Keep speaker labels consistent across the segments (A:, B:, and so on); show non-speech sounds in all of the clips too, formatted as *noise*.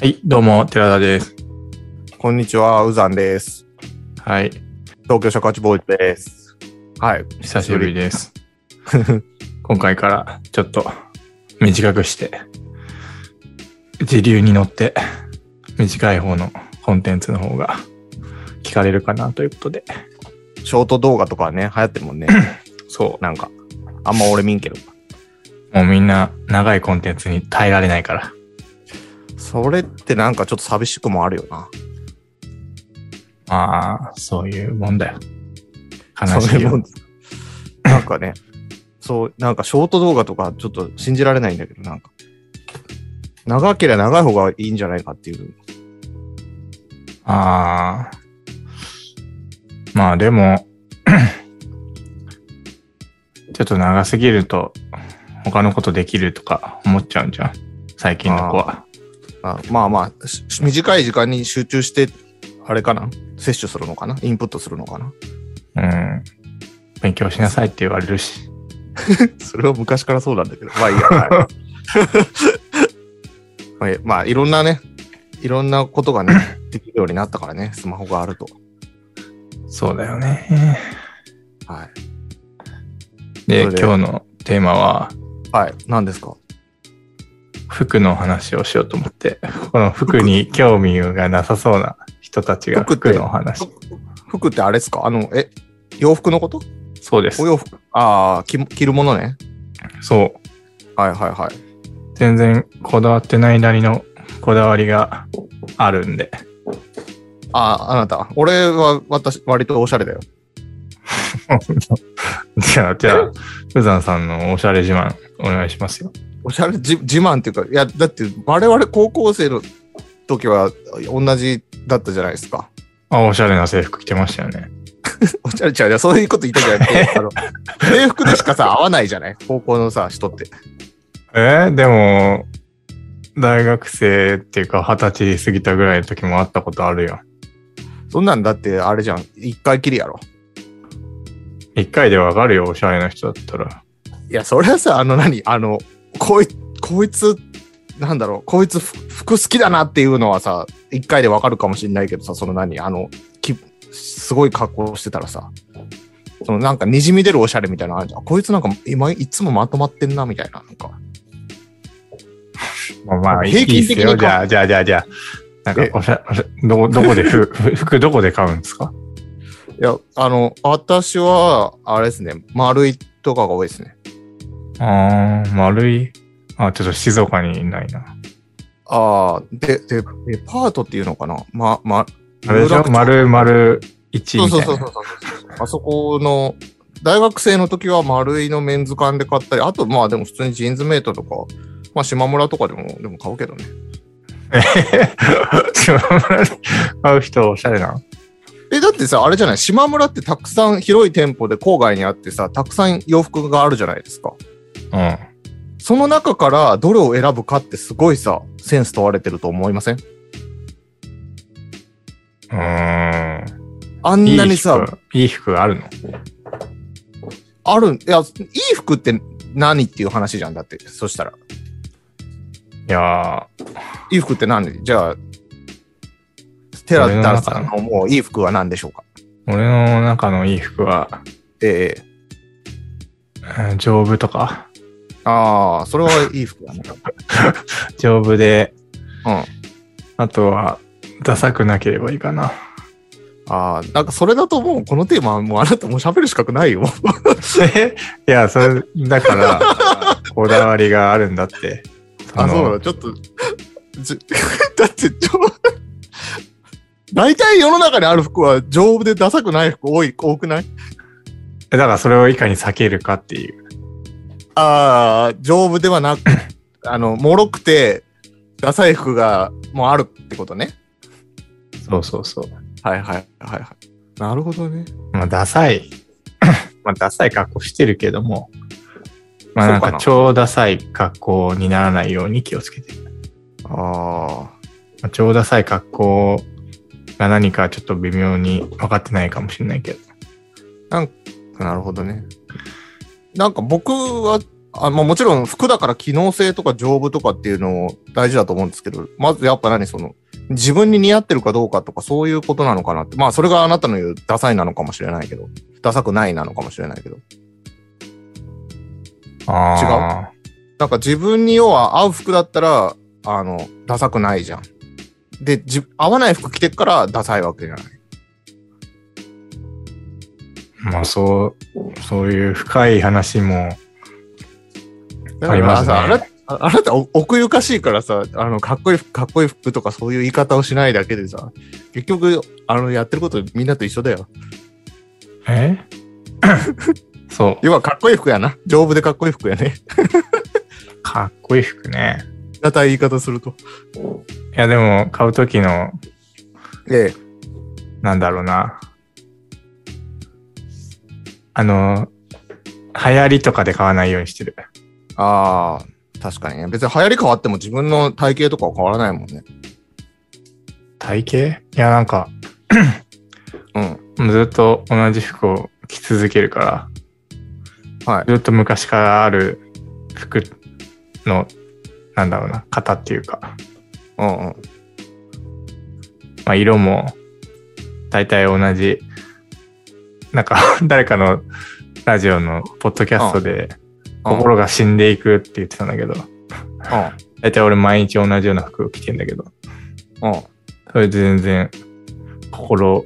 A: はい、どうも、寺田です。
B: こんにちは、うざんです。
A: はい、
B: 東京社会ボーイズです。はい。
A: 久しぶりです。今回からちょっと短くして、時流に乗って短い方のコンテンツの方が聞かれるかなということで。
B: ショート動画とかね、流行ってるもんね。
A: *coughs* そ
B: なんか、あんま俺見んけど。
A: う。もうみんな長いコンテンツに耐えられないから。
B: それってなんかちょっと寂しくもあるよな。
A: まあ、そういうもんだよ。悲し
B: そ
A: い
B: れ
A: よ。
B: もなんかね、そう、なんかショート動画とかちょっと信じられないんだけど、なんか。長ければ長い方がいいんじゃないかっていう。
A: ああ。まあでも、 *clears throat* ちょっと長すぎると、他のことできるとか思っちゃうんじゃん最近の子は。
B: あまあまあ、し短い時間に集中して、あれかな摂取するのかなインプットするのかな
A: うん。勉強しなさいって言われるし。
B: それは昔からそうなんだけど。まあいいや。はいまあいいやまあいろんなね、いろんなことがね、できるようになったからね、スマホがあると。
A: そうだよね。
B: はい。
A: で、
B: それで
A: 今日のテーマは、
B: はい。何ですか
A: 服の話をしようと思って、この服に興味がなさそうな人たちが
B: 服って
A: 服の話。
B: 服ってあれですかあの、え、洋服のこと
A: そうです
B: お。洋服ああ、着着るものね。
A: そう。
B: はいはいはい。
A: 全然こだわってないなりのこだわりがあるんで。
B: ああ、あなた。俺は、私、割とおしゃれだよ。
A: *laughs* じゃあ、じゃあ、ウザンさんのおしゃれ自慢お願いしますよ。
B: おしゃれ自自慢っていうか、いや、だって我々高校生の時は同じだったじゃないですか。
A: あ、おしゃれな制服着てましたよね。
B: おしゃれちゃういやそういうこと言ったんじゃなくて、あの、制服でしかさ、合わないじゃない高校のさ、人って。
A: えーでも、大学生っていうか二十歳過ぎたぐらいの時もあったことあるよ。
B: そんなんだって、あれじゃん。一回きりやろ。
A: 一回でわかるよ、おしゃれな人だったら。
B: いや、それはさ、あの何、あの、こい、こいつ、なんだろう、こいつ服服好きだなっていうのはさ、一回でわかるかもしれないけどさ、その何、あの、きすごい格好してたらさ、そのなんか滲み出るおしゃれみたいなのあるじゃん。こいつなんか今いつもまとまってんなみたいな、なんか。
A: まあ、まあ、いい
B: 平均
A: っす
B: 的に
A: よ。
B: か
A: じゃあ、じゃあ、じゃあ、じゃあ。なんか
B: え
A: おしゃ、おしゃどこ、どこで
B: *laughs*
A: 服、ふ服どこで買うんですか
B: いや、あの、私は、あれですね、丸いとかが多いですね。
A: あー、丸い。あ、ちょっと静岡にいないな。
B: ああ、で、で、デパートっていうのかなま、ま、
A: あれでしょ
B: 有楽町
A: 丸、丸一
B: そう
A: み
B: そ
A: たいうな。
B: そうそうそうそう。あそこの、大学生の時は丸いのメンズ館で買ったり、あとまあでも普通にジーンズメイトとか、まあ島村とかでも、でも買うけどね。
A: *laughs* 島村に会う人おしゃれなの
B: え、だってさ、あれじゃない島村ってたくさん広い店舗で郊外にあってさ、たくさん洋服があるじゃないですか。
A: うん。
B: その中からどれを選ぶかってすごいさ、センス問われてると思いません
A: うーん。
B: あんなにさ、
A: いい服、いい服あるの
B: ある、いや、いい服って何っていう話じゃんだって、そしたら。
A: いや
B: いい服って何じゃあ、テラダンさんのもういい服は何でしょうか
A: ー、俺の中のいい服は、
B: ええ
A: うん丈夫とか、
B: ああ、それはいい服 *laughs* だね。
A: 丈夫で、
B: うん。
A: あとは、ダサくなければいいかな。 *laughs*
B: ああ、なんかそれだともうこのテーマはもうあなたもう喋る資格ないよ。
A: えいや、それ、だ *laughs* から、こだわりがあるんだって。
B: あ、そうな
A: の
B: の、ちょっと。じ *laughs* だって、ちょ、 *laughs* 大体世の中にある服は丈夫でダサくない服多い、多くない
A: えだからそれをいかに避けるかっていう。
B: ああ、丈夫では *laughs* なく、あの、脆くて、ダサい服がもうあるってことね。
A: そうそうそう。
B: はいはいはいはい。なるほどね。
A: まあ、ダサい。 *coughs* まあ、ダサい格好してるけども、まあ、なん
B: そうか
A: か
B: な
A: 超ダサい格好にならないように気をつけてる。
B: ああ。
A: まあ、超ダサい格好が何かちょっと微妙に分かってないかもしれないけど。
B: なるほどね。なんか僕はあまあ、もちろん服だから機能性とか丈夫とかっていうのも大事だと思うんですけど、まずやっぱ何その、自分に似合ってるかどうかとかそういうことなのかなって。まあそれがあなたの言うダサいなのかもしれないけど、ダサくないなのかもしれないけど。
A: あ
B: なんか自分に要は合う服だったら、あの、ダサくないじゃん。で、じ合わない服着てっからダサいわけじゃない。
A: 違う。まあそう、そういう深い話も、
B: だ
A: あ
B: か
A: り
B: ら
A: ますね
B: さ、あなああなたお奥ゆかしいからさ、あの、かっこいい服、かっこいい服とかそういう言い方をしないだけでさ、結局、あの、やってることみんなと一緒だよ。
A: え *coughs* そ
B: 要はかっこいい服やな。丈夫でかっこいい服やね。
A: う、かっこいい服ね。
B: だたい言い方すると。
A: いやでも買う時の、
B: ええ。
A: なんだろうな。あの、流行りとかで買わないようにしてる。
B: ああ、確かにね。別に流行り変わっても自分の体型とかは変わらないもんね。
A: 体型いやなんか、
B: うん。
A: もうずっと同じ服を着続けるから、
B: はい
A: ずっと昔からある服の、なんだろうな、型っていうか、
B: うんうん。
A: まあ、色も大体同じ、なんか *laughs* 誰かのラジオのポッドキャストで、心が死んでいくって言ってたんだけど、大体俺毎日同じような服を着てんだけど、
B: うん。うん。
A: それで全然心、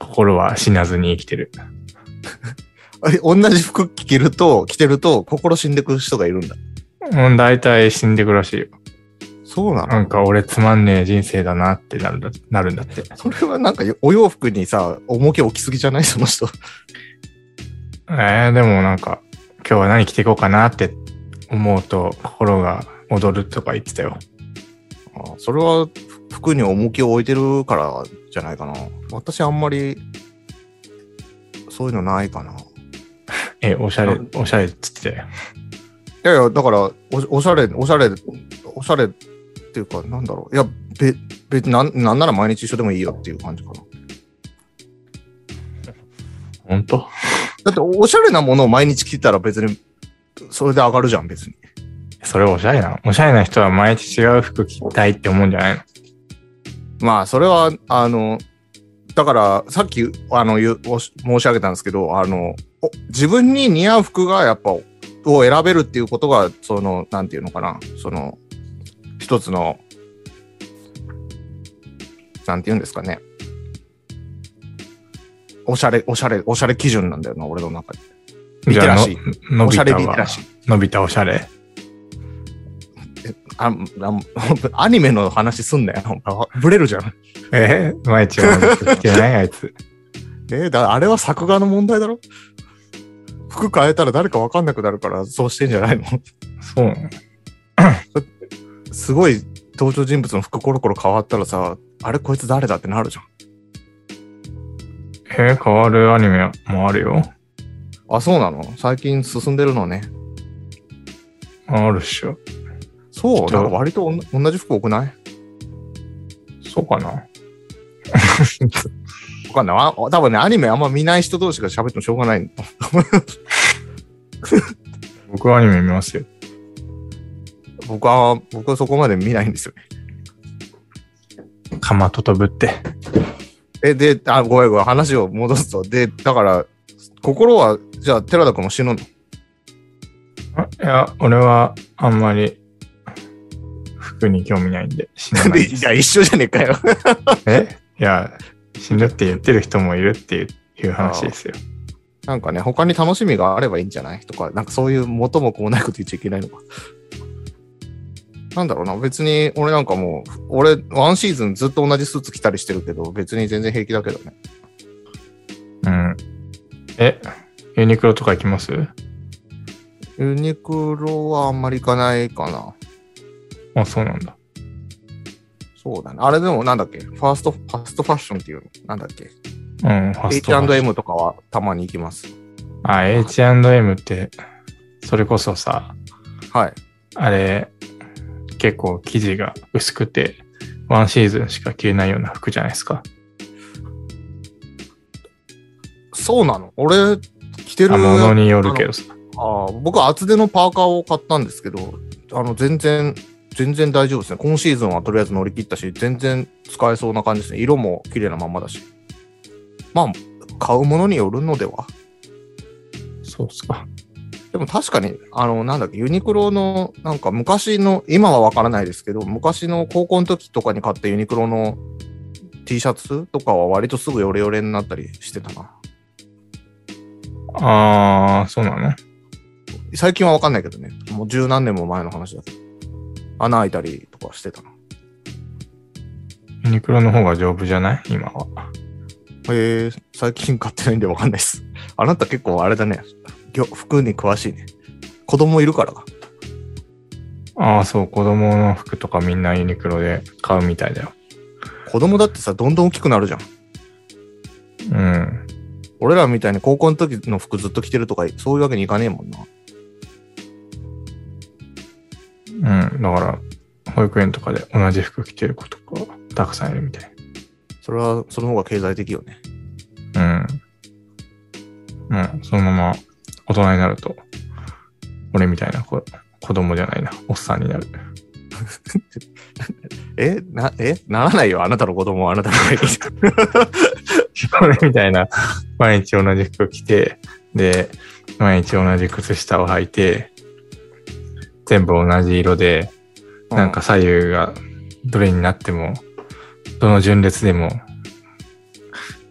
A: 心は死なずに生きてる。
B: あれ同じ服着ると、着てると、心死んでくる人がいるんだ。
A: うん、大体死んでくらしいよ。
B: そうなの
A: なんか俺つまんねえ人生だなってなるんだなるんだって。
B: それはなんかよお洋服にさ、重きを置きすぎじゃないその人。
A: えー、でもなんか今日は何着ていこうかなって思うと心が踊るとか言ってたよ。
B: あそれは服に重きを置いてるからじゃないかな。私あんまり、そういうのないかな。い
A: え、おしゃ
B: う
A: れ
B: ん、
A: おしゃれっつってたよ。
B: やいや、だから、おおしゃれ、おしゃれ、おしゃれっていうか、なんだろう。いや、べ、べ、なんなんなら毎日一緒でもいいよっていう感じかな。
A: ほんと
B: だって、おしゃれなものを毎日着たら別に、それで上がるじゃん、別に。
A: それおしゃれなのおしゃれな人は毎日違う服着たいって思うんじゃないの
B: まあ、それは、あの、だから、さっき、あの、言うおし申し上げたんですけど、あの、お自分に似合う服が、やっぱ、を選べるっていうことが、その、なんていうのかな、その、一つの、なんていうんですかね。おしゃれ、おしゃれ、おしゃれ基準なんだよな、俺の中で。リテラシー
A: じゃあのの
B: お
A: び
B: しゃ
A: 太
B: れリテラ
A: は
B: シー。
A: のび太おしゃれ。
B: あんあん *laughs* アニメの話すんなよ。ブレるじゃん。
A: えー、毎日同じ服着てないあいつ。
B: えーだあれは作画の問題だろ服変えたら誰か分かんなくなるからそうしてんじゃないの *laughs*
A: そうなの
B: すごい登場人物の服コロコロ変わったらさあれこいつ誰だってなるじゃん
A: えー変わるアニメもあるよ。
B: あそうなの最近進んでるのね
A: あるっしょ。
B: そう
A: きっと
B: なんか割とおん同じ服多くない
A: そうかな。
B: 分かんないあ多分ねアニメあんま見ない人同士が喋ってもしょうがない
A: 僕はアニメ見ますよ。
B: 僕は僕はそこまで見ないんですよね
A: かまととぶって。
B: えであごめんごめん話を戻すとでだから心はじゃあ寺田君も死ぬの *laughs*
A: あいや、俺はあんまり服に興味ないんで死なない
B: で
A: で
B: い
A: す
B: や。一緒じゃねえかよ
A: えいや、死ぬって言ってる人もいるっていういう話ですよ。
B: なんかね、他に楽しみがあればいいんじゃないとか、なんかそういう元も子もないこと言っちゃいけないのか。なんだろうな、別に俺なんかもう、俺、ワンシーズンずっと同じスーツ着たりしてるけど、別に全然平気だけどね。
A: うん。え、ユニクロとか行きます
B: ユニクロはあんまり行かないかな。
A: あ、そうなんだ。
B: そうだね。あれでもなんだっけファースト、ファストファッションっていうのなんだっけ
A: うん、ファストファッション。
B: ?H&M とかはたまに行きます。
A: あ、H&M って、それこそさ、
B: はい。
A: あれ、結構生地が薄くて、ワンシーズンしか着れないような服じゃないですか。
B: そうなの俺、着てる
A: あ、ものによるけどさ。
B: ああ、僕は厚手のパーカーを買ったんですけど、あの、全然、全然大丈夫ですね。今シーズンはとりあえず乗り切ったし、全然使えそうな感じですね。色も綺麗なまんまだし。まあ、買うものによるのでは。
A: そうっすか。
B: でも確かに、あの、なんだっけ、ユニクロの、なんか昔の、今はわからないですけど、昔の高校の時とかに買ったユニクロの T シャツとかは割とすぐヨレヨレになったりしてたな。
A: ああ、そうなの
B: 最近はわかんないけどね。もう十何年も前の話だけど。穴開いたりとかしてたな。
A: ユニクロの方が丈夫じゃない今は。
B: へえ、最近買ってないんでわかんないです。あなた結構あれだね。ぎょ服に詳しいね。子供いるから。
A: ああ、そう、子供の服とかみんなユニクロで買うみたいだよ。
B: 子供だってさ、どんどん大きくなるじゃん。
A: うん。
B: 俺らみたいに高校の時の服ずっと着てるとか、そういうわけにいかねえもんな。
A: うん。だから、保育園とかで同じ服着てる子とか、たくさんいるみたい。
B: それは、その方が経済的よね。
A: うん。うん。そのまま、大人になると、俺みたいな子、子供じゃないな、おっさんになる。
B: えな、えならないよ。あなたの子供はあなたの方がいいじゃ
A: *laughs*
B: ん
A: 俺みたいな、毎日同じ服着て、で、毎日同じ靴下を履いて、全部同じ色で、なんか、左右がどれになっても、どの順列でも、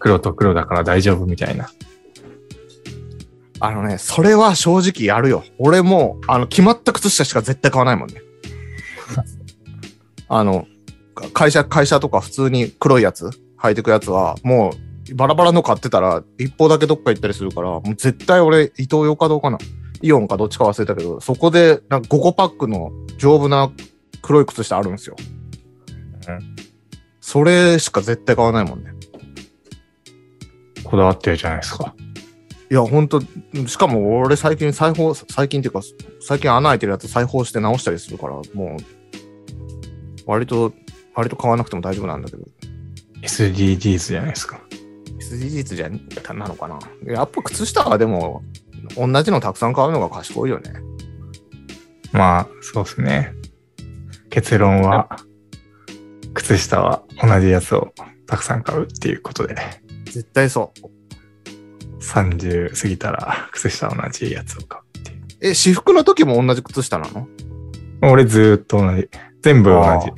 A: 黒と黒だから大丈夫みたいな。
B: あのね、それは正直やるよ。俺も、あの、決まった靴下しか絶対買わない
A: *laughs*
B: もんね。あの、か会社、会社とか普通に黒いやつ、履いてくやつは、もう、バラバラの買ってたら、一方だけどっか行ったりするから、もう絶対俺、イトーヨーカドーかな。イオンかどっちか忘れたけど、そこで、なんか5個パックの丈夫な黒い靴下あるんですよ。
A: うん
B: それしか絶対買わないもんね。
A: こだわってるじゃないですか。
B: いや、ほんと、しかも俺最近裁縫、最近っていうか、最近穴開いてるやつ裁縫して直したりするから、もう、割と、割と買わなくても大丈夫なんだけど、
A: SDGs じゃないですか。
B: SDGs じゃん、なのかな。やっぱ靴下はでも、同じのたくさん買うのが賢いよね。
A: まあ、そうですね。結論は、靴下は同じやつをたくさん買うっていうことで、
B: 絶対そう。
A: 30過ぎたら *laughs* 靴下同じやつを買うっていう。
B: え、私服の時も同じ靴下なの
A: 俺ずーっと同じ。全部同
B: あ
A: じ
B: ー。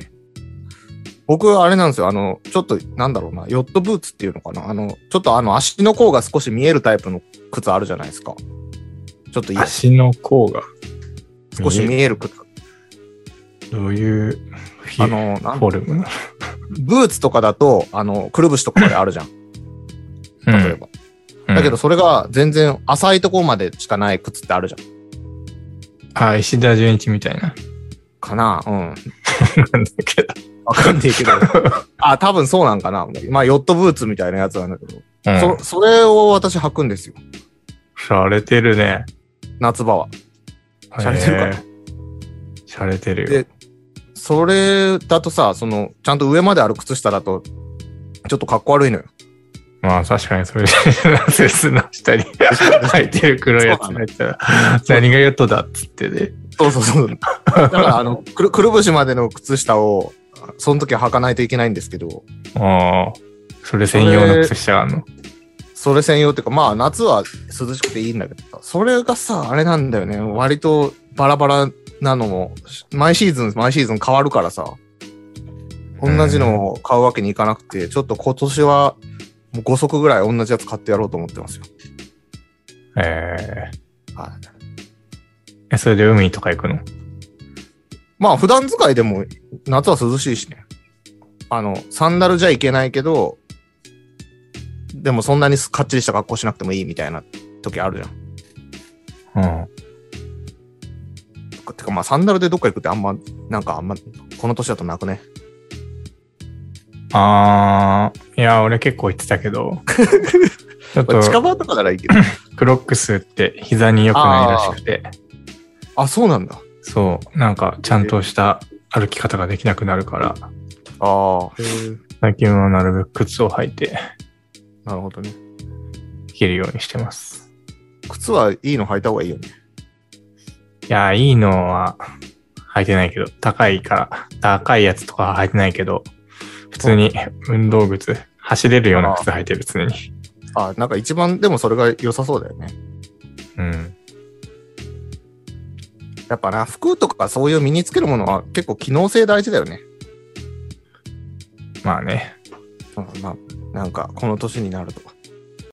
B: 僕、あれなんですよ。あの、ちょっと、なんだろうな、ヨットブーツっていうのかな。あの、ちょっとあの、足の甲が少し見えるタイプの靴あるじゃないですか。ちょっといい
A: 足の甲が
B: 少し見える靴。
A: どういう
B: あの、なん
A: フォルムなの
B: ブーツとかだと、あの、くるぶしとかまであるじゃん。例えば。
A: うん
B: だけど、それが全然浅いところまでしかない靴ってあるじゃん。
A: あ、石田純一みたいな。 *laughs*
B: かなうん。
A: なんだけど。
B: わかんな
A: *laughs*
B: いけど。あ、多分そうなんかな。まあ、ヨットブーツみたいなやつなんだけど。
A: うん
B: そ、それを私履くんですよ。
A: 洒落てるね。
B: 夏場は。洒落てるかな
A: えー洒落てるよ
B: で。それだとさ、その、ちゃんと上まである靴下だと、ちょっとかっこ悪いのよ。
A: まあ確かにそれで、 *laughs* 切なしたり、履いてる黒いやつになったら、何がヨットだっつってね。
B: そうそ
A: *laughs*
B: うそう。だから、あの、くるくるぶしまでの靴下を、その時は履かないといけないんですけど、
A: ああ、それ専用の靴下あんの。
B: それ専用っていうか、まあ夏は涼しくていいんだけどさ、それがさ、あれなんだよね。割とバラバラなのも、毎シーズン、毎シーズン変わるからさ、同じのを買うわけにいかなくて、ちょっと今年はもう5足ぐらい同じやつ買ってやろうと思ってますよ。
A: えー
B: はい。
A: え、それで海とか行くの
B: まあ普段使いでも夏は涼しいしね。あの、サンダルじゃいけないけど、でもそんなにかっちりした格好しなくてもいいみたいな時あるじゃん。
A: うん。
B: てかまあサンダルでどっか行くってあんま、なんかあんま、この年だとなくね。
A: ああ、いや、俺結構行ってたけ
B: *laughs*
A: ど、ちょっ
B: まあ近
A: と
B: 場とかならいいけ *laughs* ど。
A: クロックスって膝に良くないらしくて。
B: あ、そうなんだ。
A: そう、なんかちゃんとした歩き方ができなくなるから、
B: ああ。
A: 最近はなるべく靴を履いて
B: なるほどね。
A: 生きるようにしてます。
B: 靴はいいの履いた方がいいよね。
A: やー、いいのは履いてないけど、高いから、高いやつとかは履いてないけど、普通に運動靴、走れるような靴履いてる、常に。
B: あ、なんか一番でもそれが良さそうだよね。
A: うん。
B: やっぱな、服とかそういう身につけるものは結構機能性大事だよね。
A: まあね。
B: うんまあ、なんかこの年になると。